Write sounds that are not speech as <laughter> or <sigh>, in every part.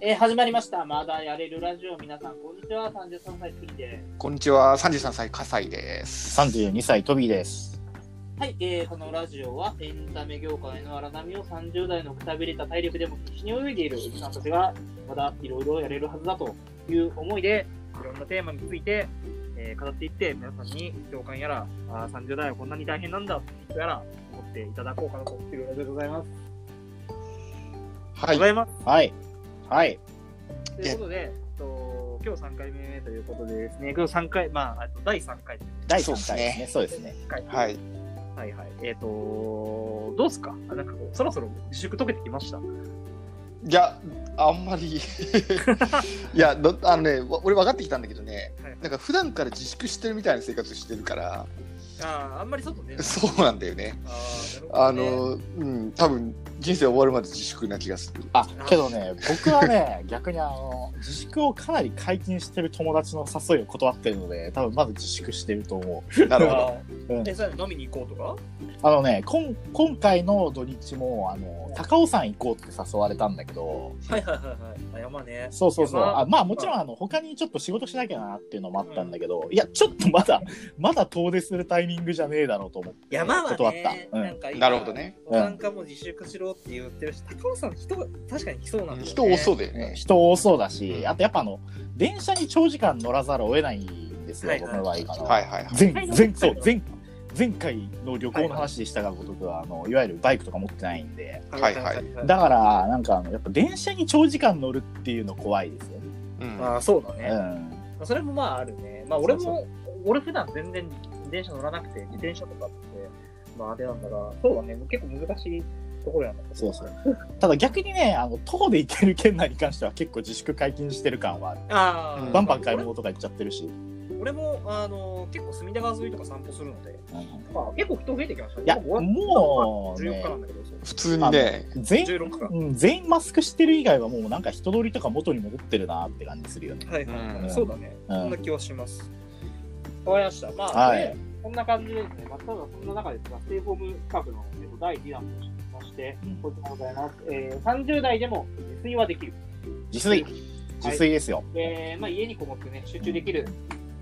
えー始まりました。まだやれるラジオ。皆さん、こんにちは。33歳、次でこんにちは、三十三歳笠井です。 32歳トビーです。す。はい、えーこのラジオは、エンタメ業界の荒波を30代のくたびれた体力でも必死に泳いでいるおじさんたちが、まだいろいろやれるはずだという思いで、いろんなテーマについて、えー語っていって、皆さんに共感やら、あー30代はこんなに大変なんだ、やら、思っていただこうかなというラジオでございます。はござい、います。はい。はい。ということで、えっと今日3回目ということでですね、今日3回、まあ、あと第3回という第3回ですね。そうですね。回はい、はいはい。えっ、とどうすかあなんかこう、そろそろ自粛解けてきました。いや、あん <laughs> まり。いや、ど、あのね、わ俺分かってきたんだけどねはいはい、なんか普段から自粛してるみたいな生活してるから。ああ、あんまり <laughs> 外ね。そうなんだよね。あーあなるほどねの、うん、多分人生終わるまで自粛な気がする。あ、けどね、僕はね、 <laughs> 逆にあの、自粛をかなり解禁してる友達の誘いを断ってるので、多分まず自粛してると思 <laughs> う。なるほど。あーうんえ、それ飲みに行こうとかあのね、こん今回の土日も、あの、高尾山行こうって誘われたんだけど、はいはいはいはい。あ、山ね。そうそうそう。山あまあもちろん、あの、他にちょっと仕事しなきゃなっていうのもあったんだけど、いや、ちょっとまだ、まだ遠出するタイミングじゃねえだろうと思って。山はね、断った。うんな。んか今なるほど。ね。うんなんかも自粛しろって言ってるし、高尾さん、人が確かに来そうなんだよ、ね。人多そううだよね。人多そうだし、あとやっぱあの、電車に長時間乗らざるを得ないんですよは、いはい僕の場合かな。はいはいはい。前はい前そう前前回の旅行の話でしたがごとくあのいわゆるバイクとか持ってないんではいはいだからなんかあのやっぱ電車に長時間乗るっていうの怖いですよね。うん、ああ、そうだね。うんまあそれもまああるね。まあ俺も、そう俺普段全然電車乗らなくて、自転車とかって、まああれなんだが、そうだね、結構難しいところやな。そうそうただ逆にねあの徒歩で行ける県内に関しては結構自粛解禁してる感はあるあーうんバンバン買い俺も物とか行っちゃってるし、俺も、あの、結構隅田川沿いとか散歩するので、うんいまあ結構人増えてきましたね。やもうも14う、日ねな、んだけど、そう普通にね、全員16日。うん全員マスクしてる以外はもうなんか人通りとか元に戻ってるなって感じするよね。はいうんそうだね。うそんなん気はします。わかりました。まあ、はいでこんな感じでですね、まあ、ただそんな中ですが、ステイホーム企画の、えっと、第2弾としまして、こちらでございます。えー、30代でも自炊はできる。自炊自炊ですよ。えーまあ、家にこもってね、集中できる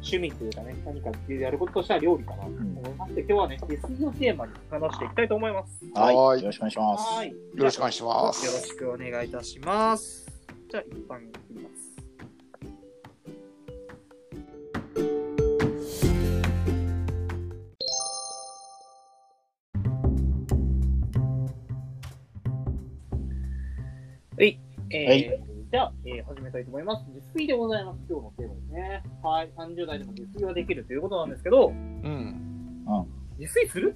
趣味というかね、何かやることとしては料理かなと思いまして、今日はね、自炊をテーマに話していきたいと思います。はい、はーいよろしくお願いします。はい。よよろしくお願いしまよろす。しくお願いいたします。じゃあ、一般に言います。はい。えーはいじゃあ、えー始めたいと思います。自炊でございます。今日のテーマですね。はい。30代でも自炊はできるということなんですけど、うん、自炊する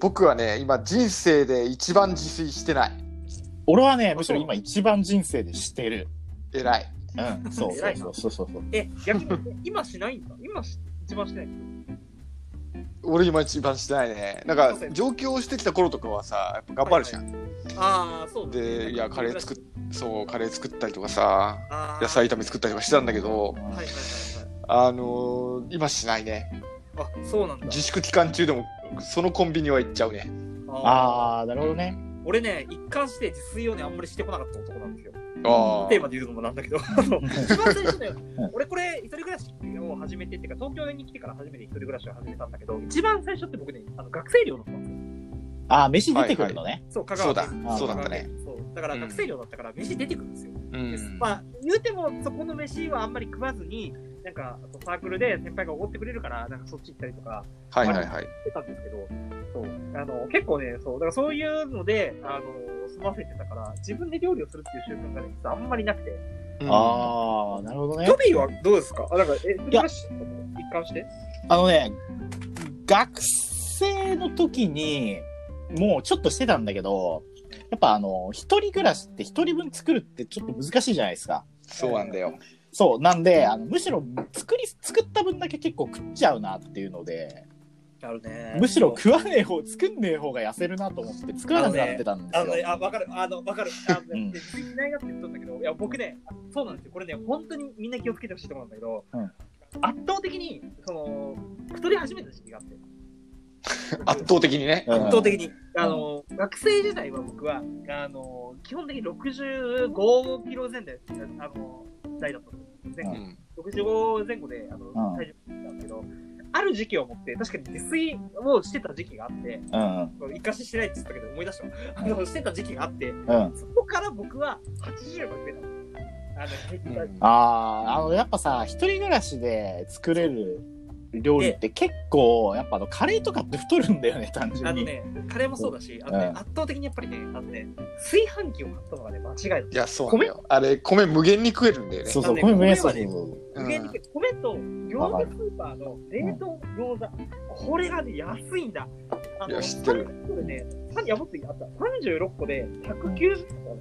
僕はね、今人生で一番自炊してない。俺はねむしろ今一番人生でしてる偉い。うんそうそ偉ういなそうそうそうそうえ、逆に、今しないんだ。今し、一番してない。俺今一番してないね。なんそうだかよ上京してきた頃とかはさ、やっぱ頑張るじゃん。ああ、そうで、いやカレー作っそうカレー作ったりとかさ、野野菜炒め作ったりとかしてたんだけど、はいはいはいあのー、今しないね。はい。あ、そうなんだ。自粛期間中でもそのコンビニは行っちゃうね。ああ。ああなるほどね俺ね、一貫して自炊をね、あんまりしてこなかった男なんですよ。ああテーマで言うのもなんだ <laughs> けど。あの一番最初ね、俺これ、一人暮らしを始めてっていうか、東京に来てから初めて一人暮らしを始めたんだけど、一番最初って僕ね、あの学生寮だったんですよ。ああ飯出てくるのね、そう、香そう川だ県。あーそうだったね。。そう。だから学生寮だったから、飯出てくるんですよ。うでん。まあ、言うても、そこの飯はあんまり食わずに、なんか、サークルで先輩がおごってくれるから、なんかそっち行ったりとか、はいはいはい。ってたんですけど、そうあの結構ね、そうだからそういうのであの済ませてたから、自分で料理をするっていう習慣がね、実はあんまりなくて。うんああなるほどねトビーはどうですかあなんかえいや一貫してあのね学生の時にもうちょっとしてたんだけどやっぱあの一人暮らしって一人分作るってちょっと難しいじゃないですかそうなんだよ。そうなんであのむしろ作り作った分だけ結構食っちゃうなっていうのであるねむしろ食わねえ方作んねえ方が痩せるなと思って作らなくなってたんですあよ、のね、あ、わかる、あの、わかる。あ <laughs> の、うんでついてないなって言ったんだけど、いや、僕ね、そうなんですよ。これね、本当にみんな気をつけてほしいところなんだけど、うん <laughs> 圧倒的に、その、太り始めた時期があって。圧倒的にね。うん圧倒的に。あの、学生時代は僕は、あの、基本的に65キロ前で、あの、台だったんですよ。うん65前後で、あの、ん体重だったんですけど、ある時期をもって、確かに下水をしてた時期があって、うん。これ一過ししてないって言ったけど思い出したわ。あの、してた時期があって、うん。そこから僕は80まで増えたの。あの、うんああ、あの、やっぱさ、一人暮らしで作れる料理って結構、やっぱあの、カレーとかって太るんだよ <laughs> ね、単あ純のに。ね、カレーもそうだし、あのね、うん圧倒的にやっぱりね、あのね、炊飯器を買ったのがね、間違いだっいや、そうなんだよ。あれ、米無限に食えるんだよねそ。うそう、あのねこれ名こ産れはねうた。ん無限に米と業務スーパーの冷凍餃子、これがね、安いんだ。あいや知ってる。これね、さやばついあった。36個で190個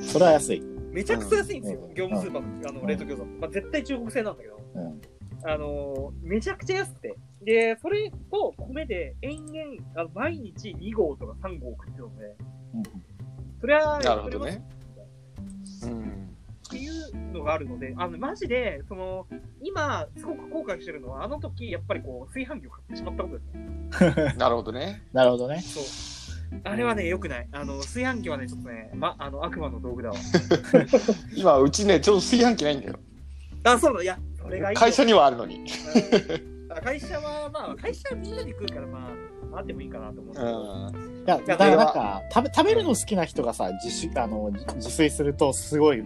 それは安い。めちゃくちゃ安いんですよ、うん業務スーパーのあうのん冷凍餃子。まあ、絶対中国製なんだけど、うんあのーめちゃくちゃ安くて。で、それと米で延々、あの毎日2合とか3合食ってたので、うんそれは、なるほどね。うん。っていうのがあるので、あの、マジで、その、今、すごく後悔してるのは、あの時、やっぱりこう、炊飯器を買ってしまったことですね。なるほどね。なるほどね。あれはね、良くない。あの、炊飯器はね、ちょっとね、ま、あの、悪魔の道具 <laughs> だわ。今、うちね、ちょうど炊飯器ないんだよ。あ、そうだ、いや、それがいいよ。会社にはあるのに。うんあ会社は、まあ、会社はみんなで食うから、まあ、あってもいいかなと思う。う。うんいや、だからなんか、食べ、食べるの好きな人がさ、自主、あの、自自炊すると、すごい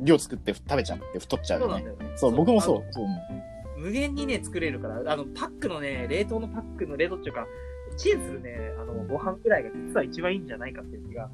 量作って食べちゃって太っちゃうそうよなんねだ。よね。そう、僕もそうあ。そう思の。無限にね、作れるから、あの、パックのね、冷凍のパックの冷凍っていうか、チンするね、あの、ご飯ぐらいが実は一番いいんじゃないかっていう気が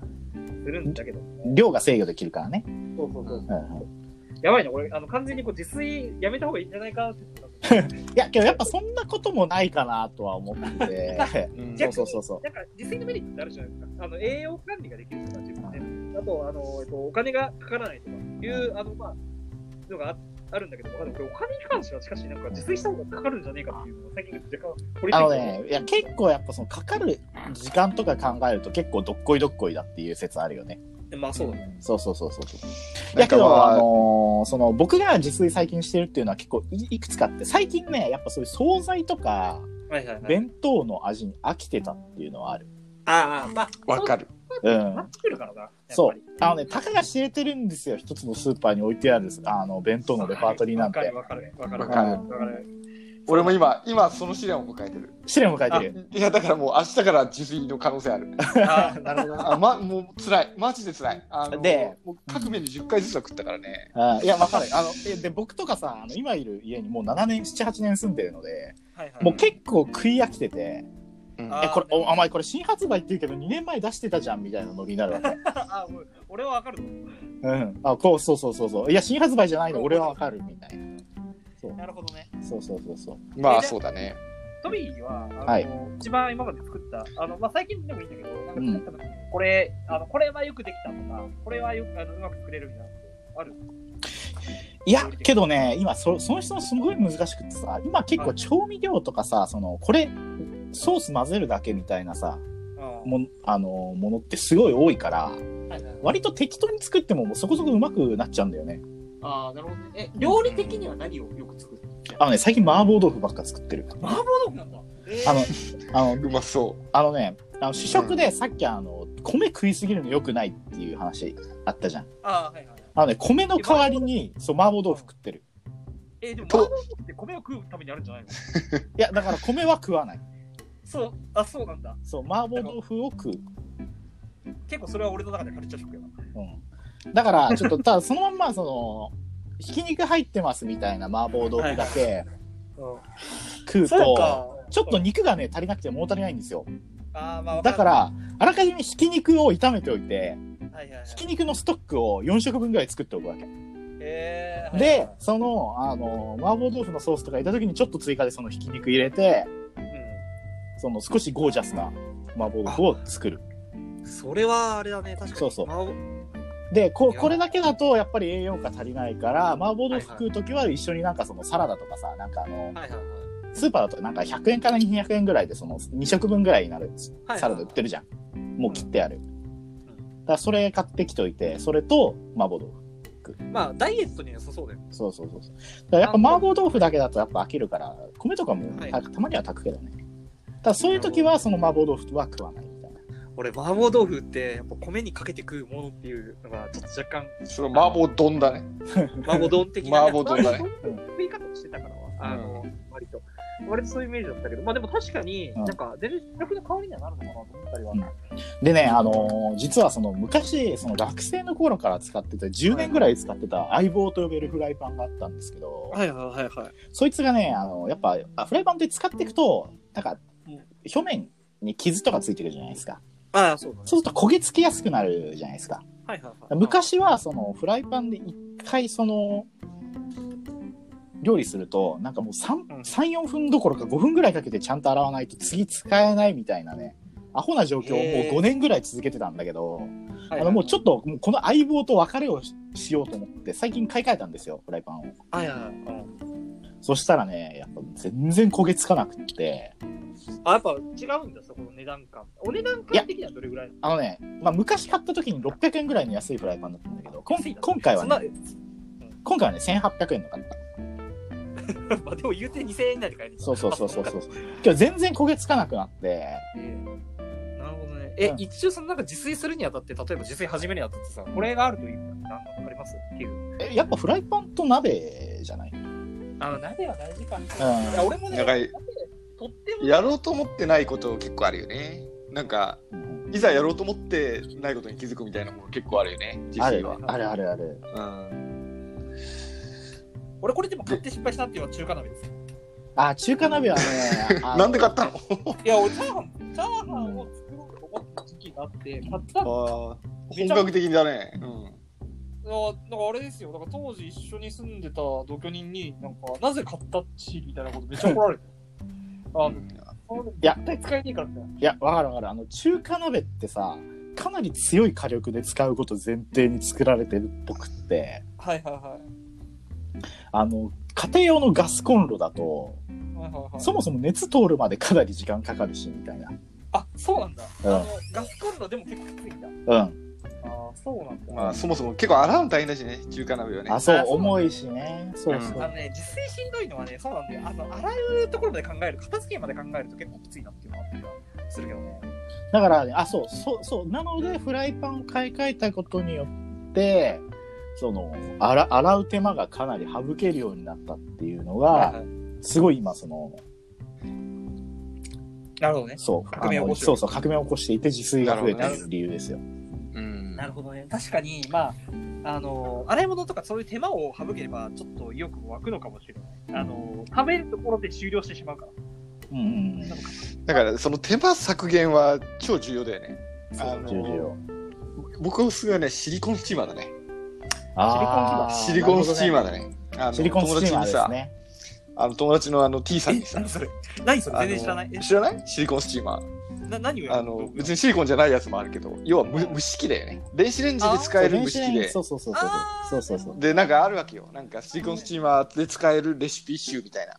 するんだけど、う量が制御できるからね。そうそうそう。うんうんやばいな、俺、あの、完全にこう自炊やめた方がいいんじゃないかって言ってた。 <laughs> いや、けどやっぱそんなこともないかなとは思って <laughs> て。うんそうそうそうそう。なんか、自炊のメリットってあるじゃないですか。あの、栄養管理ができるとか、自分で。あと、あの、えっと、お金がかからないとか、いう、あの、まあ、のがああるんだけど、まあ、でもこれお金に関しては、しかし、なんか、自炊した方がかかるんじゃねえかっていうのを最近若干掘りあの下げてね、いや結構やっぱそのかかる時間とか考えると結構どっこいどっこいだっていう説あるよね。でまあ、そうだね。そうそうそうそうそう。なだんかけまど、ああ、のーその僕が自炊最近してるっていうのは結構いいくつかあって、最近ね、やっぱそういう惣菜とかはいはいはい。弁当の味に飽きてたっていうのはある。ああ、まあ、わかる。うんなってくるからな。やっぱりそう。あのね、たかが知れてるんですよ。一つのスーパーに置いてある、あの、弁当のレパートリーなんわかてる。わかるわかるわかるわかる。俺も今、今、その試練を迎えてる。試練を迎えてる。いや、だからもう明日から自炊の可能性ある。ああ、なるほどな。あま、もう辛い。マジで辛い。あので、もう各メニュー10回ずつは食ったからね。あいや、わかる。あの、えで、僕とかさ、あの、今いる家にもう7年、7、8年住んでるので、はいはいもう結構食い飽きてて、うんあえ、これ、お、お前これ新発売って言うけど2年前出してたじゃんみたいなのになるわけ。あ、もう俺はわかるぞ。うん。あ、こう、そうそうそうそう。いや、新発売じゃないの、俺はわかるみたいな。そうなるほどね。そうそうそうそう。まえあ、じゃそうだね。トビーは、あの、はい一番今まで作った、あの、まあ、最近でもいいんだけど、なんかうん作った時に、これ、あの、これはよくできたとか、これはよく、あの、うまく作れるみたいなのある。いや、けどね、今そ、その人のすごい難しくってさ、今結構調味料とかさ、その、これ、ソース混ぜるだけみたいなさ、あもん、あの、ものってすごい多いから、はいはい割と適当に作ってももうそこそこうまくなっちゃうんだよね。あー、なるほどね。え、料理的には何をよく作るあのね、最近麻婆豆腐ばっか作ってる。麻婆豆腐なんだ。えーあの、あの、うまそあのね、あの主食でさっきあの、米食いすぎるの良くないっていう話あったじゃん。あー、はいはいはい。あのね、米の代わりに、そう、麻婆豆腐食ってる。えーでも麻と婆豆腐って米を食うためにあるんじゃないのいや、だから米は食わない。そう、あ、そうなんだ。そう、麻婆豆腐を食う。結構それは俺の中でカルチャーショックやな。うん。だから、ちょっと、ただそのまんま、その、ひき肉入ってますみたいな麻婆豆腐だけ食うそうと、か。ちょっと肉がね、足りなくて物足りないんですよ。あー、まあ、わだかる、ら、あらかじめひき肉を炒めておいて、はいはいはいひき肉のストックを4食分ぐらい作っておくわけ。えー、はいで、その、あの、麻婆豆腐のソースとか入れた時にちょっと追加でそのひき肉入れて、はいはい、うんその少しゴージャスな麻婆豆腐を作る。それはあれだね、確かに。そうそうまあおで、こいやこれだけだとやっぱり栄養価足りないから、麻婆豆腐はい食う時は一緒になんかそのサラダとかさ、なんかあの、はいはいはい。スーパーだとなんか100円から200円ぐらいでその2食分ぐらいになるはいサラダ売ってるじゃん。もう切ってある。んだからそれ買ってきておいて、それと麻婆豆腐。まあ、ダイエットには良さそうだよ。そうそうそうそう。だからやっぱ麻婆豆腐だけだとやっぱ飽きるから、米とかもはいたたまには炊くけどね。ただそういう時はその麻婆豆腐は食わないみたいな。俺、麻婆豆腐って、やっぱ米にかけて食うものっていうのが、ちょっと若干、それ麻婆丼だね。麻婆丼的な。麻婆丼だね麻婆丼の食い方をしてたからは、あの、割と。割とそういうイメージだったけど、まあでも確かに、うんなんか、全然主役の代わりにはなるのかなと思ったりは。うんでね、あのー実はその昔、その学生の頃から使ってた、10年ぐらい使ってた相棒と呼べるフライパンがあったんですけど、はいはいはいはい。そいつがね、あのやっぱあフライパンって使っていくと、なんか表面に傷とかついてるじゃないですか。ああ、そうだね。そうすると焦げ付きやすくなるじゃないですか。はいはいはい。昔はそのフライパンで一回その料理するとなんかもううん34分どころか5分ぐらいかけてちゃんと洗わないと次使えないみたいなねアホな状況をへーもう5年ぐらい続けてたんだけどはあいはい、のもうちょっともうこの相棒と別れをししようと思って最近買い替えたんですよフライパンをはいはいはい。うんそしたらねやっぱ全然焦げつかなくってあ、やっぱ違うんだ、そこの値段感。お値段感的にはどれぐらいあのね、まあ、昔買った時に600円ぐらいの安いフライパンだったんだけどこん安いな今回はそんなね、今回はね1800円の買った <laughs> まあでも言うて2000円以内で買える。そうそうそうそうそう。今日全然焦げつかなくなって、えーなるほどね。え、うん一応そのなんか自炊するにあたって、例えば自炊始めるにあたってさ、これがあるといいみたいなのありますっていう。え、やっぱフライパンと鍋じゃないあ、鍋は大事かみたいな。いやう俺もね、なんか鍋、とっても、やろうと思ってないこと結構あるよね。なんか、ん。いざやろうと思ってないことに気づくみたいなのも結構あるよね。自あ炊るは。あるあるある。うん。、俺これでも買って失敗したっていうのは中華鍋です。あ、中華鍋はねあ <laughs> のなんで買ったのいや、俺チャーハン、チャーハンを作ろうと思った時期があって、買ったのあー本格的だね。うん。あなんかあれですよ、なんか当時一緒に住んでた同居人に、なんか、なぜ買ったっちみたいなことめっちゃ怒られて。あうんの、いや絶対使えねえからみたいな。いや、わかるわかる。あの、中華鍋ってさ、かなり強い火力で使うこと前提に作られてるっぽくって、はいはいはい。あの、家庭用のガスコンロだと、はいはいはい、そもそも熱通るまでかなり時間かかるし、みたいな。あ、そうなんだ。うんあのガスコンロでも結構きついんだ。うん。ああ、そうなんだ。まあ、そもそも結構洗うの大変だしね、中華鍋はね。あ、そうあ、そう重いしね。そうそう。あのね、自炊しんどいのはね、そうなんだよ。あの、洗うところまで考える、片付けまで考えると結構きついなっていうのはあったりはするけどね。だからね、あ、そう、そう、そう。なので、フライパンを買い替えたことによって、その、洗洗う手間がかなり省けるようになったっていうのはいが、はいすごい今、その、なるほどね。そう、革命をあ起このしてるそうそう、革命を起こしていて、自炊が増えてる理由ですよ。うん。なるほどね。確かに、まあ、あの、洗い物とかそういう手間を省ければ、ちょっと意欲も湧くのかもしれない。あの、食べるところで終了してしまうから。うんうんうん。だから、その手間削減は超重要だよね。あ重の々。僕はすごいね、シリコンスチーマーだね。あシリコンスチーマーーだね。あなるのほどね。シリコンスチーマ友達にーですさ、ね。あの友達のあの T さんにさ、何それ何それ全然知らない。あの知らないシリコンスチーマー。えな何をやるあの、別にシリコンじゃないやつもあるけど、要はむ蒸し器だよね。電子レンジで使える蒸し器でそ。うそうそうあーそう。そうそうそう。で、なんかあるわけよ。なんかシリコンスチーマーで使えるレシピ集みたいな。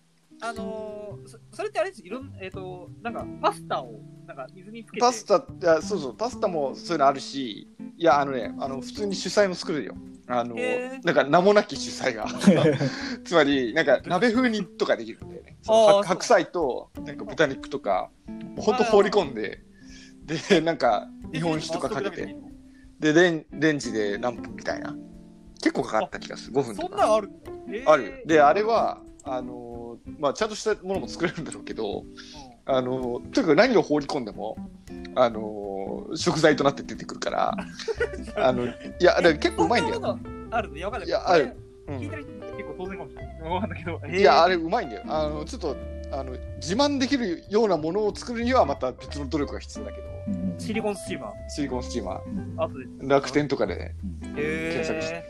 あのーそそれってあれですいろんえっ、となんかパスタをなんか水につけてパスタって、あそうそう、パスタもそういうのあるし、いや、あのね、あの普通に主菜も作れるよ。あのへ、ーなんか名もなき主菜が。つまり、なんか鍋風にとかできるんだよね。あーその白白菜と、なんか豚肉とか、ほんと放り込んで、で、なんか日本酒とかかけて。でレン、レンジで何分みたいな。結構かかった気がする、5そ分んとなか。のあるんだ、えーあるよ。で、あれは、あのーまあ、ちゃんとしたものも作れるんだろうけど、あのーとにかく何を放り込んでも、あのー食材となって出てくる <laughs> から、あの、いや、だから結構うまいんだそよ。なことあるのいやわかんないいやあるう聞いんてる人って結構当然かもしれないわかんないけど、えーいや、あれうまいんだよ。あの、ちょっと、あの、自慢できるようなものを作るにはまた別の努力が必要だけど、うんうんシリコンスチーマーシリコンスチーマー、あとで楽天とかでね。え検索し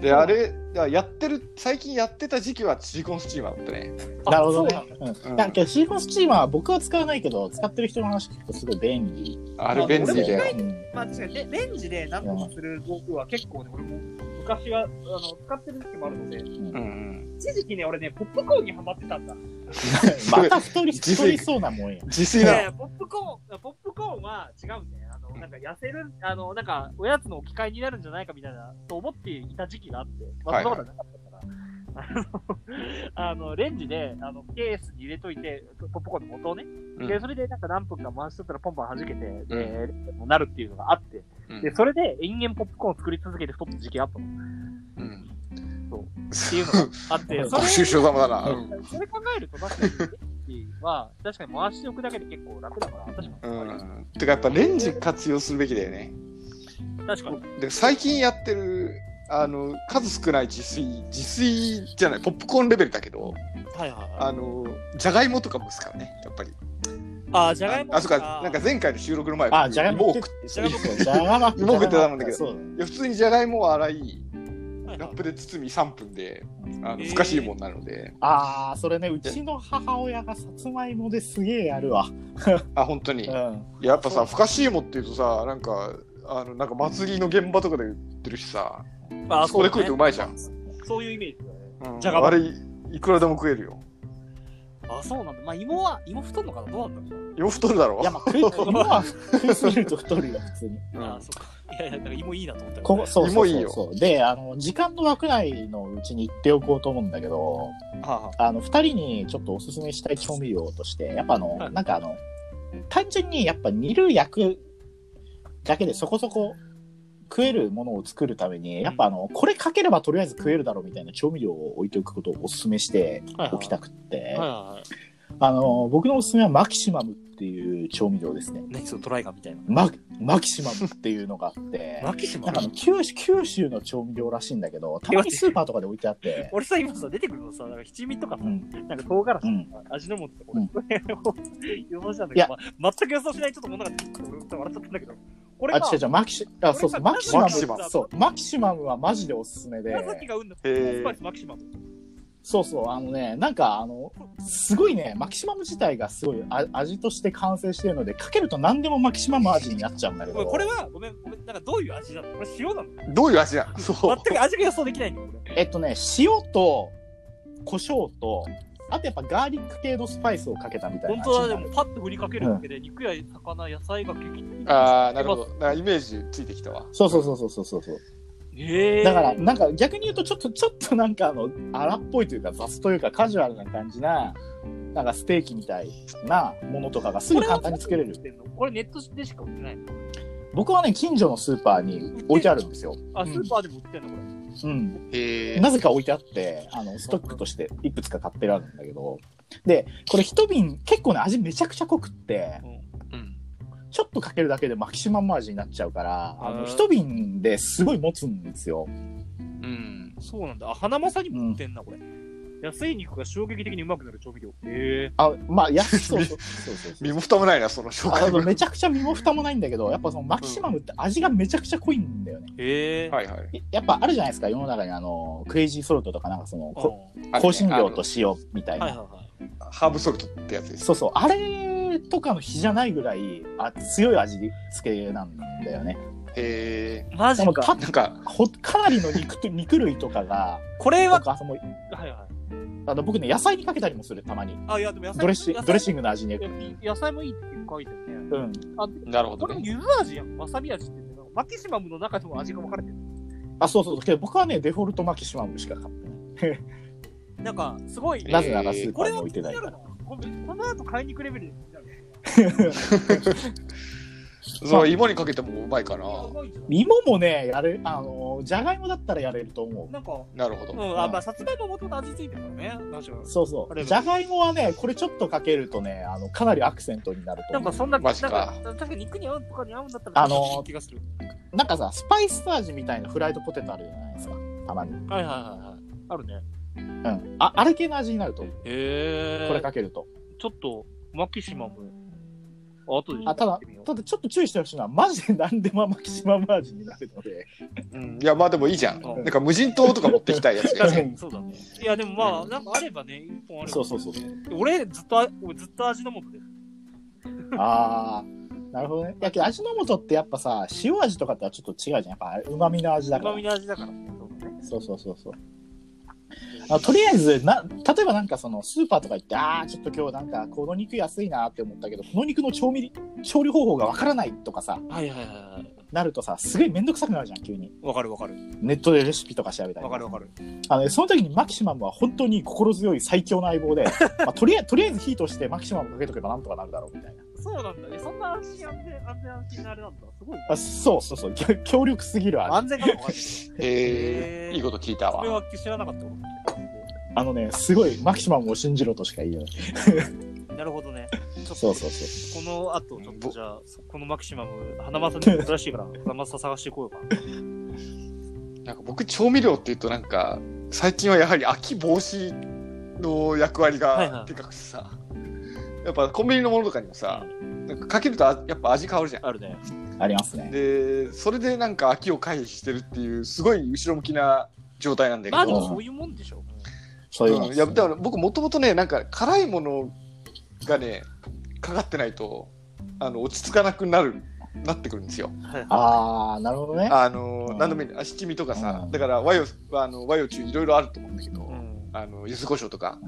ー、で、あれ、やってる、最近やってた時期はシリコンスチーマーだったね。あなるほどそねう。うんうんだけどシリコンスチーマーは僕は使わないけど、使ってる人の話聞くとすごい便利。あれ便利だよ。うんまあ確かにレレンジで何とかする道具は結構ね俺も昔はあの使ってる時もあるのでうんうん。一時期ね俺ねポップコーンにハマってたんだまた太り、太りそうなもんや。自炊いなやいやポップコーン、ポップコーンは違うんだよ。あの、なんか痩せる、あの、なんかおやつの置き換えになるんじゃないかみたいな、と思っていた時期があって、まあ、はいそんはないことはなかったから。あの、 <laughs> レンジで、あの、ケースに入れといて、ポップコーンの元をね。うんで、それでなんか何分か回しとったらポンポン弾けて、で、うレンジになるっていうのがあって、うんで、それで延々ポップコーンを作り続けて太った時期あったの。っうんそうっていうのがあ <laughs> って、ご愁傷様だな。うんそれ考えると、確かに、レンジは、確かに回しておくだけで結構楽だから、確かに。うん、てかやっぱレンジ活用するべきだよね。確かに。で最近やってるあの数少ない自炊自炊じゃないポップコーンレベルだけはいどはいはい。あのじゃがいもとかもですからねやっぱりあ、じゃがいも。あそうかなんか前回の収録の前あ、じゃがいもも食う食って、そうですよじゃがま芋食ってたもんだけどそうだねいや普通にじゃがいもを洗いはいはラッいプで包み3分であのへーふかしいもんなので、ああ、それね、うちの母親がさつまいもですげえやるわ。あ本当にうん。いややっぱさふかしいもっていうとさなんかあのなんか祭りの現場とかで売ってるしさまそこで食うとうまいじゃん、そういうイメージだね。うんじゃがいもあれいいくらでも食えるよあ、そうなんだ。まあ、芋は、芋太るのかなどうなんだろう。よ太るだろいや、まあ、食い、芋は食いすぎると太るよ、普通に。うんあ、そっか。 <laughs> いやいや、だから芋いいなと思ったけどこねこそうそうそうそう芋いいよで、あの、時間の枠内のうちに行っておこうと思うんだけど、はあの、二人にちょっとおすすめしたい調味料として、やっぱあの、はいなんかあの、単純にやっぱ煮る焼くだけでそこそこ食えるものを作るために、やっぱあの、これかければとりあえず食えるだろうみたいな調味料を置いておくことをおすすめしてはいはいおきたくって、あはあ。はいはいはい。あの、僕のおすすめはマキシマムっていう調味料ですね。何そのトライガンみたいな。ママキシマムっていうのがあっ <laughs> て、マキシマなんかあの九州九州の調味料らしいんだけど、たまにスーパーとかで置いてあって、俺さ、今さ、出てくるのさ、なんか七味とかう、ん、なんか唐辛う子ん。とか、味の素とか、うんこれを予 <laughs> 想したんだいけやど、まあ全く予想しないちょっとものが出てきて、俺笑っちゃったんだけど。これあ、が、違う違う、マキシ、あ、そうそう、マキシママキシマム、ムそう、マキシマムはマジでおすすめで、紫がうんの、スへーパイスマキシマム。そうそう、あのね、なんか、あの、すごいね、マキシマム自体がすごいあ味として完成してるので、かけると何でもマキシマム味になっちゃうんだけごめど、んこれは、ごめん、ごめん、なんかどういう味なのこれ塩なのどういう味だそう全く味が予想できないんだよ、俺。えっとね、塩と、胡椒と、あとやっぱガーリック系のスパイスをかけたみたい本な味当にだなね、る。パッと振りかけるだけで、肉や魚、野菜が激ああ、なるほど。なんかイメージついてきたわ。そうそうそうそうそうそう。えだから、なんか逆に言うと、ちょっと、ちょっとなんかあの、荒っぽいというか、雑というか、カジュアルな感じな、なんかステーキみたいなものとかがすぐ簡単に作れる。これネットでしか売ってないの僕はね、近所のスーパーに置いてあるんですよ。あ、スーパーでも売ってんのこうん。へなぜか置いてあって、あの、ストックとしていくつか買ってあるんだけど。で、これ一瓶、結構ね、味めちゃくちゃ濃くって、うん。ちょっとかけるだけでマキシマム味になっちゃうから、あへーの、一瓶ですごい持つんですよ。うん。れ。そうなんだ。あ、花まさにも売ってんな、これ。安い肉が衝撃的にうまくなる調味料。へえ。あ、まあ、安そう <laughs> そうそうそうそう。身も蓋もないな、その紹あ介の文。めちゃくちゃ身も蓋もないんだけど、やっぱそのマキシマムって味がめちゃくちゃ濃いんだよね。へえ。はいはい。いやっぱあるじゃないですか、世の中にあの、クレイジーソルトとかなんかその、こうん香辛料あと塩みたいはいはいな。はい。のハーブソルトってやつです。そうそう、あれとかの比じゃないぐらい、あ強い味付けなんだよね。へマでジもか。かえ。なんか、ほかなりの肉 <laughs> と、肉類とかが、これとは、かそのはいはい。あの僕ね、野菜にかけたりもする、たまに。あ、いや、でも野菜ドレッシング、ドレッシンングの味に。グ。野菜もいいって書いてるね。うん。あ、なるほこどれもね。ゆず味やん。わさび味って言ってるの。マキシマムの中でも味が分かれてる。あ、そうそうそう。けど僕はね、デフォルトマキシマムしか買ってない。なんか、すごい。なぜならスーパこーれには置い気てになないるからな。。これこの後買いに行くレベルで気になる。そう、芋にかけてもうまいかな。うまいんじゃない芋もね、やれ、あの、じゃがいもだったらやれると思う。なんか、なるほうど。ん、あ、まあ、さつまいも元々味付いてるからね。確かにそうあそう。れじゃがいもはね、これちょっとかけるとね、あの、かなりアクセントになるとなん思かう。そんな、マなんジか、か確かに肉に合うとかに合うんだったら、あのー気がする。なんかさ、スパイス味みたいなフライドポテトあるじゃないですか。たまに。うはいはいはいはい。あるね。ん。あ、あれ系の味になると思う。へこれかけると。ちょっと、マキシマム。あとであ、たやっだてみよ、うただちょっと注意してほしいのは、マジで何でもマキシマム味になるので。うんいや、まあでもいいじゃん。うなんんか無人島とか持ってきたいやつ確がか <laughs> に、そうだね。いや、でもまあ、なんかあればね、一本あれば、そうそうそうそう。俺、ずっとあ、俺ずっと味の素です。あー。なるほどね。いやけど味の素ってやっぱさ、塩味とかとはちょっと違うじゃん。やっぱうまみの味だうかまらみ。の味だからね。そうだね。そうそうそうそう。あとりあえずな、例えばなんかそのスーパーとか行って、ああ、ちょっと今日なんかこの肉安いなって思ったけど、この肉の調味、調理方法がわからないとかさ、はいはいはいはい。なるとさ、すげえめんどくさくなるじゃん、急に。わかるわかる。ネットでレシピとか調べたりわ。かるわかる。あのねその時にマキシマムは本当に心強い最強の相棒 <laughs> で、まあ、とりあえずとりあえず火としてマキシマムかけとけばなんとかなるだろうみたいな。そうなんだね。そんな安心安全、安全安心なあれなんだ。すごいね。あそうそうそう、強強力すぎるあれ。安全かもわかる。えー、いいこと聞いたこれわ。は知らなかったこと。あのね、すごいマキシマムを信じろとしか言えない。なるほどね。ちょっとそうそうそこの後、ちょっとじゃあ、このマキシマム、花正に珍しいから、花正探していこうか。なんか僕、調味料っていうとなんか、最近はやはり秋防止の役割はいはがいでかくてさ、やっぱコンビニのものとかにもさ、なんかかけるとあやっぱ味変わるじゃん。あるね。う。ありますね。で、それでなんか秋を回避してるっていう、すごい後ろ向きな状態なんだけど。まあでもそういうもんでしょ。そういうのうでん、いすね、やだから僕もともとねなんか辛いものがねかかってないとあの落ち着かなくなるなってくるんですよ。ああ、なるほどね。あの、うん何度も言うあ七味とかさ、うんだから和洋あの和洋中いろいろあると思うんだけど、うん。あの柚子胡椒とか。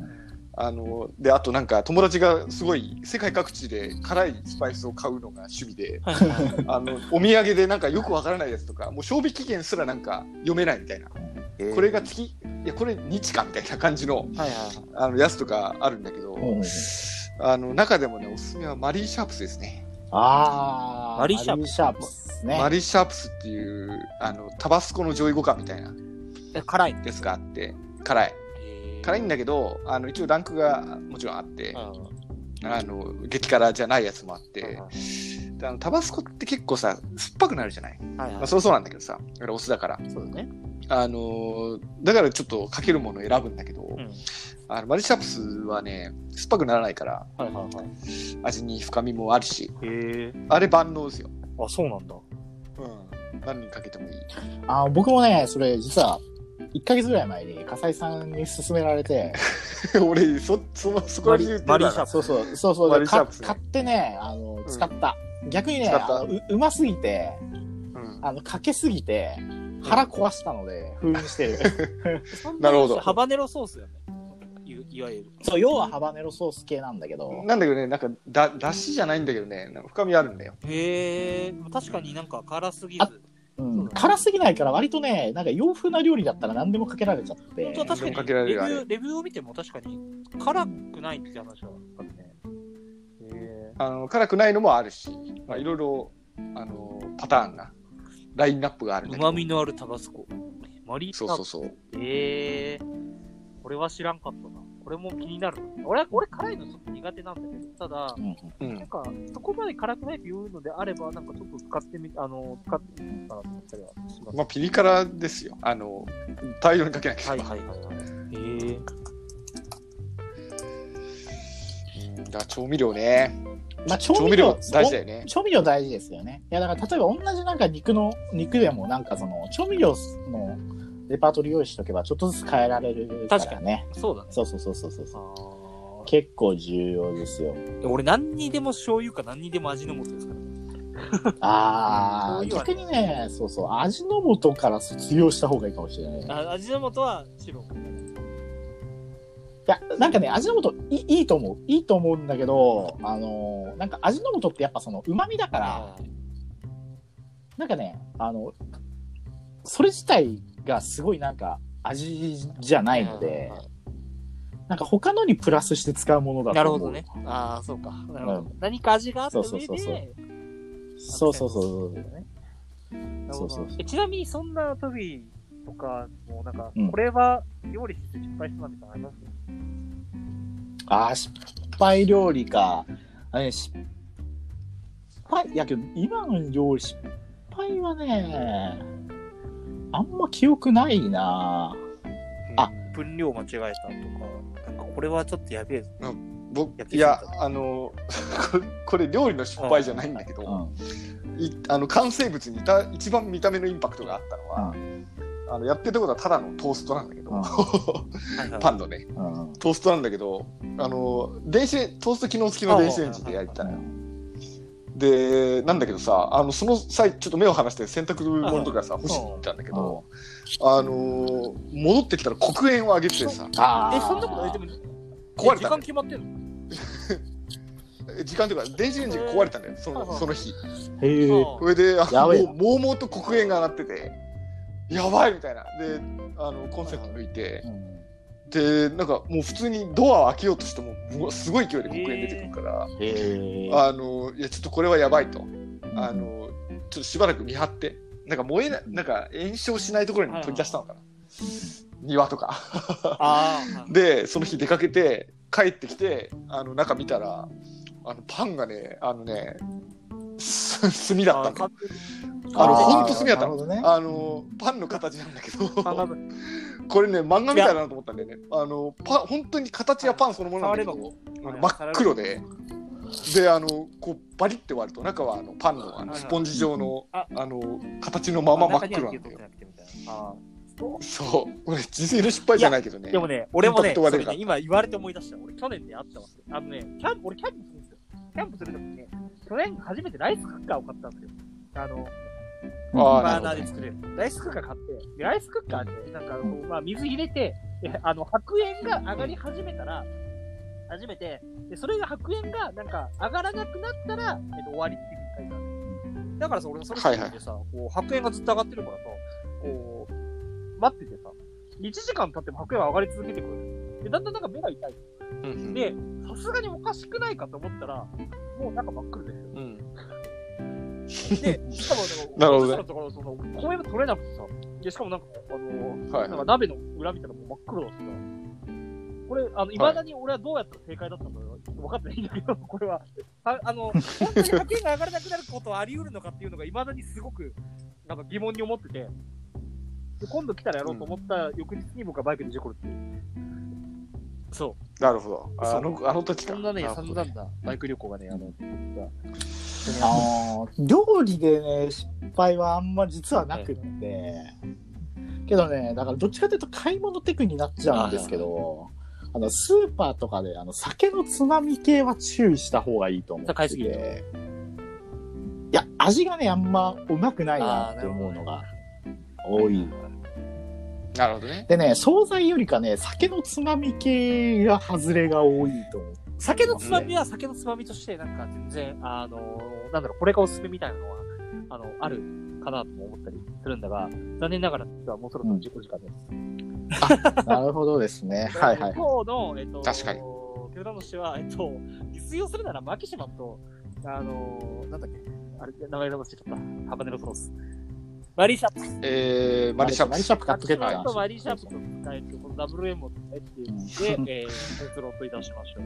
あのであとなんか友達がすごい世界各地で辛いスパイスを買うのが趣味ではいはいあのお土産でなんかよくわからないやつとかもう賞味期限すらなんか読めないみたいな、これが月いやこれ日かみたいな感じのはいはい。あのやつとかあるんだけど、うんうんあの中でもねおすすめはマリー・シャープスですね。あーマリーシャープシャープですね。マリー・シャープスっていうあのタバスコの上位互換みたいなえ辛い。やつがあって辛い辛いんだけどあの一応ランクがもちろんあって、あの激辛じゃないやつもあって、であのタバスコって結構さ酸っぱくなるじゃない、はいまあ、そりゃそうなんだけどさあれお酢だからそうだね。あのだからちょっとかけるものを選ぶんだけど、んあのマリー・シャープスはね酸っぱくならないからはいはいはい。味に深みもあるしへえ。あれ万能ですよ、あ、そうなんだ。うん、何にかけてもいい <laughs> あー僕もね、それ実は1ヶ月ぐらい前に笠井さんに勧められて、俺そそのそこら辺言ってマリたーシャープそうそう、そうそう、マリーシャーかプスね買ってね、あの、使った。逆にね、使ったあのううますぎて、うんあの、かけすぎて、腹壊したので、封印してる。なるほどハバネロソースよね。いいわゆる。そう、要はハバネロソース系なんだけど、なんだけどねなんかだだしじゃないんだけどねなんか深みあるんだよへえ。確かになんか辛すぎあず。うん、辛すぎないから割とね、なんか洋風な料理だったら何でもかけられちゃって。本当は確か何でもかにけらレれビるュあれー、レビューを見ても確かに辛くないって話はあるね。へあの辛くないのもあるし、まあ、いろいろあのパターンなラインナップがあるんえ。うだけどまみのあるタバスコ。マリーシそャうーそプうそうええこれは知らんかったな。これも気になる。俺は、俺辛いのちょっと苦手なんだけど、ただ、ううんなんんか、そこまで辛くないって言うのであれば、なんかちょっと使ってみ、あの、使ってみようかなと思ったりはします。まあピリ辛ですよあの大量にかけなきゃはいはいはいはい。ええうんだから調味料ねまあ、調調味味料料大事だよね調味料大事ですよね。いやだから例えば同じなんか肉の肉でもなんかその調味料のレパートリー用意しとけばちょっとずつ変えられるからね。確かそうだね。そうそうそうそうそうあそう。ー結構重要ですよ。俺何にでも醤油か何にでも味の素ですからね。ああ、そういうわ逆にね、そうそう、味の素から卒業した方がいいかもしれない。いあ味の素は白。や、なんかね、味の素いいいいと思う。いいと思うんだけど、あのーなんか味の素ってやっぱその旨味だから、なんかね、あの、それ自体がすごいなんか味じゃないので、なんか他のにプラスして使うものだなるとほ思どう。ね。ああ、そうか。なるほど。う何か味があった上で、そうそうそうそうそうそうそうそう。なるそほうそどうそうえちなみにそんなトビーとかもなんか、うんこれは料理して失敗したみたいなのありますああ、失敗料理か。あれ失敗、いやけど、今の料理失敗はね、あんま記憶ないなあ分量間違えたとか、なんかこれはちょっとやべえぞ。僕やっていみたやあの <laughs> これこれ料理の失敗じゃないんだけど、うん。いあの完成物にいた一番見た目のインパクトがあったのは、あのやってることはただのトーストなんだけど、うん <laughs> パンのねうん。トーストなんだけどあの電子レトースト機能付きの電子レンジで焼いてたのよでなんだけどさあのその際ちょっと目を離して洗濯物とかさ干してたんだけどあの戻ってきたら黒煙を上げててさああ。え、そんなことないでも、壊れえ時た間の決まってんのえ時間というか電子レンジが壊れたんだよそのその日へえ。それであやもべえうもうもうと黒煙が上がっててやばいみたいなであのコンセント抜いてうんでなんかもう普通にドアを開けようとしてももうすごい勢いで黒煙出てくるから、へえ。あのいやちょっとこれはやばいとうんあのちょっとしばらく見張ってなんか燃えななんか炎症しないところに取り出したのかな、庭とかああ、でその日出かけて帰ってきてあの中見たらあのパンがねあのねす炭だったの完全にあのーほんと炭だったなるのほどね。あのパンの形なんだけど漫画これね漫画みたいだなと思ったんだよねあのパ本当に形はパンそのものなんだけどあの真っ黒でであのこうバリって割ると中はあのパンのあのスポンジ状のああの形のまま真っ黒なんだよあそうこれ人生の失敗じゃないけどねーでもね、俺もね、インパクトがそ出れるからね今言われて思い出した。俺、去年であったわ。あのね、キャンプ、俺キャンプするんですよ。キャンプするときね、去年初めてライスクッカーを買ったんですよ。あの、あバーーなナーるで作れる。ライスクッカー買って、でライスクッカーで、なんかこう、まあ、水入れて、であの、白煙が上がり始めたら、初めて、で、それが白煙が、なんか、上がらなくなったら、えっと、終わりっていう感じだからさ、俺のその時でさ、こう、白煙がずっと上がってるからさ、こう、待っててさ、1時間経っても白煙は上がり続けてくる。で、だんだんなんか目が痛い。ほどうんうんで、さすがにおかしくないかと思ったら、もうなんか真っ黒で。うん <laughs> で、しかもね、なるほどねそのところ、その、公園が取れなくてさ、で、しかもなんか、あの、はいなんか鍋の裏見たらもう真っ黒だったから。これ、あの、いまだに俺はどうやったら正解だったんだろう分かってないんだけど、これは。ああの、本当に派遣が上がらなくなることはあり得るのかっていうのが、いまだにすごく、なんか疑問に思ってて。で今度来たらやろうと思った翌日に僕はバイクで事故るっていう。そなるほどああのあの時う。かそんなね、るほ散ど々なバイク旅行がね、あの、あー料理でね失敗はあんま実はなくってけどねだからどっちかというと買い物テクになっちゃうんですけどあのスーパーとかであの酒のつまみ系は注意した方がいいと思って買いすてぎいや味がねあんまうまくないなって思うのが多いなるほどねでね惣菜よりかね酒のつまみ系が外れが多いと思う酒のつまみは酒のつまみとして、なんか全然、あのーなんだろう、これがおすすめみたいなのは、あの、あるかなとも思ったりするんだが、残念ながら、実はもうそろそろ自己時間です。なるほどですねはい <laughs> はい今日の、えっと、確かに。手札の氏は、えっと、実用するなら、マキシマンと、あのーなんだっけ、あれ、名前が忘れちゃった。ハバネロソース。マリーシャップ。えー、マリシャップマリシャップ買ってけマキシマンとマリーシャッププと使えて、この WM を使えっていうので、えー、結論といたしましょう。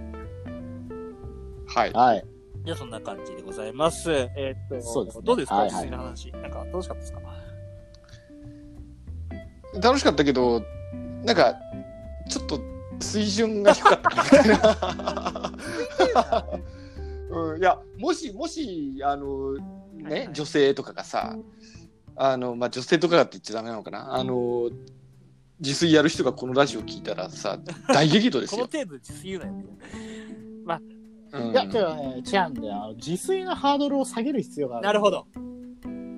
はいはいじゃあそんな感じでございます。えーっと、そうですねどうですか、はいはい自炊の話。なんか楽しかったですか楽しかったけどなんかちょっと水準が低かったみたいな、うん、いやもしもしあのね、はいはい女性とかがさあの、まあ、女性とかがって言っちゃダメなのかなあの自炊やる人がこのラジオ聞いたらさ大激怒でこすのよ。程度で自炊言うなよ、うんいや、けどね、違うんだよ。自炊のハードルを下げる必要がある。なるほど。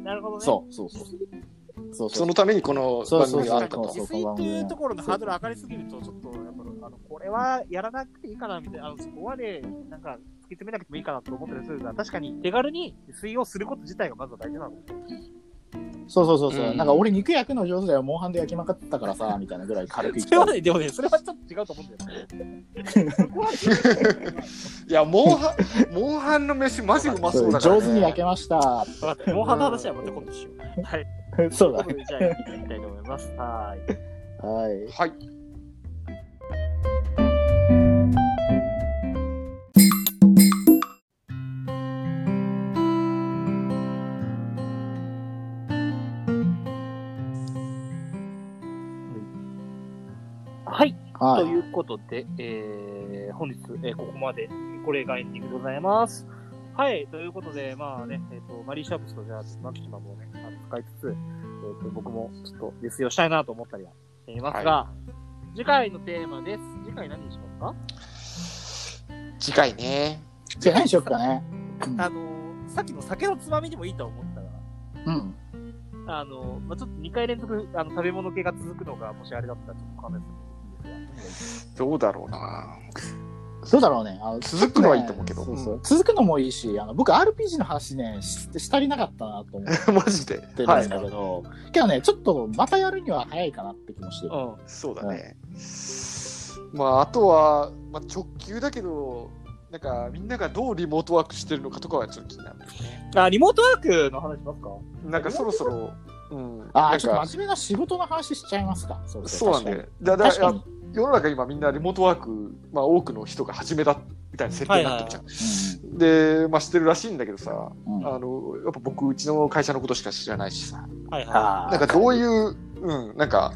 なるほどね。そうそうそう。そうそそう。のためにこのそう番そう組確があかったにそうそと。う自炊っていうところのハードル上がりすぎると、ちょっと、やっぱ、あの、これはやらなくていいかな、みたいな、あの、そこはね、なんか、突き詰めなくてもいいかなと思ったりするが、確かに手軽に自炊をすること自体がまずは大事なの。そうそうそうそう、うんなんか俺肉焼くの上手だよ。モンハンで焼きまかったか <laughs> らさ、みたいなぐらい軽く言っそれたは。ね、でもね、それはちょっと違うと思うんだよね。いや、モンハン、モンハンの飯マジうまそうだから、ね。上手に焼けました。 <laughs> 分かった。モンハンの話はまた今度しよう。はい。そうというこ。とだで、じゃあ、行っていきたいと思います。はい。はい。はい。はい。はとい。いうことで、えー、本日、えーここまで、これがエンディングでございます。はい、ということで、まあね、えっ、と、マリー・シャープスとじゃあ、マキシマムをね、あの使いつつ、えっ、と、僕もちょっと実炊をしたいなと思ったりはしていますが、次回のテーマです。次回何にしますか次回ね。じゃあ何しよっかね。あのーさっきの酒のつまみでもいいと思ったら、うん。あのーまあちょっと2回連続あの食べ物系が続くのが、もしあれだったらちょっと考えてもいいですがどうだろうな。どうだろうね。あの続続くのはいいと思うけどそうそう続くのもいいし、あの僕 RPG の話ね、ししたりなかったなと思っマジで。てるんはでいす。けど、けどね、ちょっとまたやるには早いかなって気もしてる。うん。そうだね。まあ、あとは、まあ、直球だけど、なんか、みんながどうリモートワークしてるのかとかはちょっと気になる。あ、リモートワークの話しますかなんか、そろそろ、うん。あなあ、んちょっとか、真面目な仕事の話しちゃいますか。そうそうなんだよ。だだ確か世に。の中今みんなリモートワーク、まあ、多くの人が始めたみたいな設定になってるじゃん。確かで、まあ、してるらしいんだけどさ、にうんうんあの、やっぱ僕、うちの会社のことしか知らないしさ、はいはあなんかどういう、うん、なんか、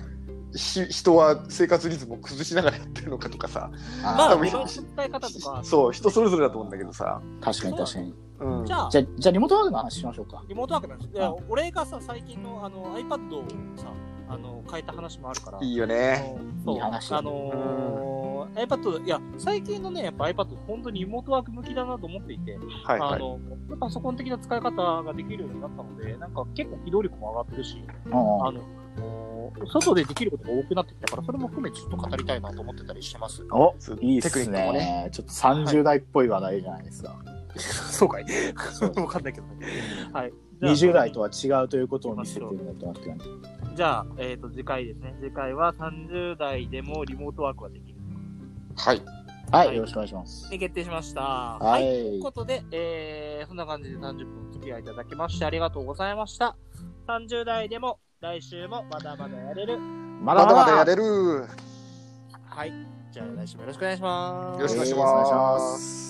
ひ人は生活リズムを崩しながらやってるのかとかさ、ーい。まああ、多分いろいろ伝え方とか。そう、人それぞれだと思うんだけどさ、ー確かに確かに。うんじ、ゃあじ、ゃあ、じゃあリモートワークの話しましょうか。リモートワークなんです。いやう俺がさ、最近のあの iPad をさ、あの変えた話もあるから。いいよあね。のそういい話あのー iPad、いや、最近のね、やっぱ iPad、本当にリモートワーク向きだなと思っていて、はいはあい。の、パソコン的な使い方ができるようになったので、なんか結構機動力も上がってるし、うんあの、外でできることが多くなってきたから、それも含めてちょっと語りたいなと思ってたりしてます。おそういいっテクニすックもね。ね。ちょっと30代っぽい話題じゃないですか。そうかいわかんないけどね。はい。じゃあ20代とは違うということを見せてるんだと思ってるんでじゃあ、えっ、と、次回ですね。次回は30代でもリモートワークができる。はい。はい、よろしくお願いします。に決定しました。ははい。ということで、えー、そんな感じで30分お付き合いいただきましてありがとうございました。30代でも来週もまだまだやれる。ままだまだやる。れる。よはい。じゃあ来週もよろしくお願いします。ろしくお願いしお願いしま。ます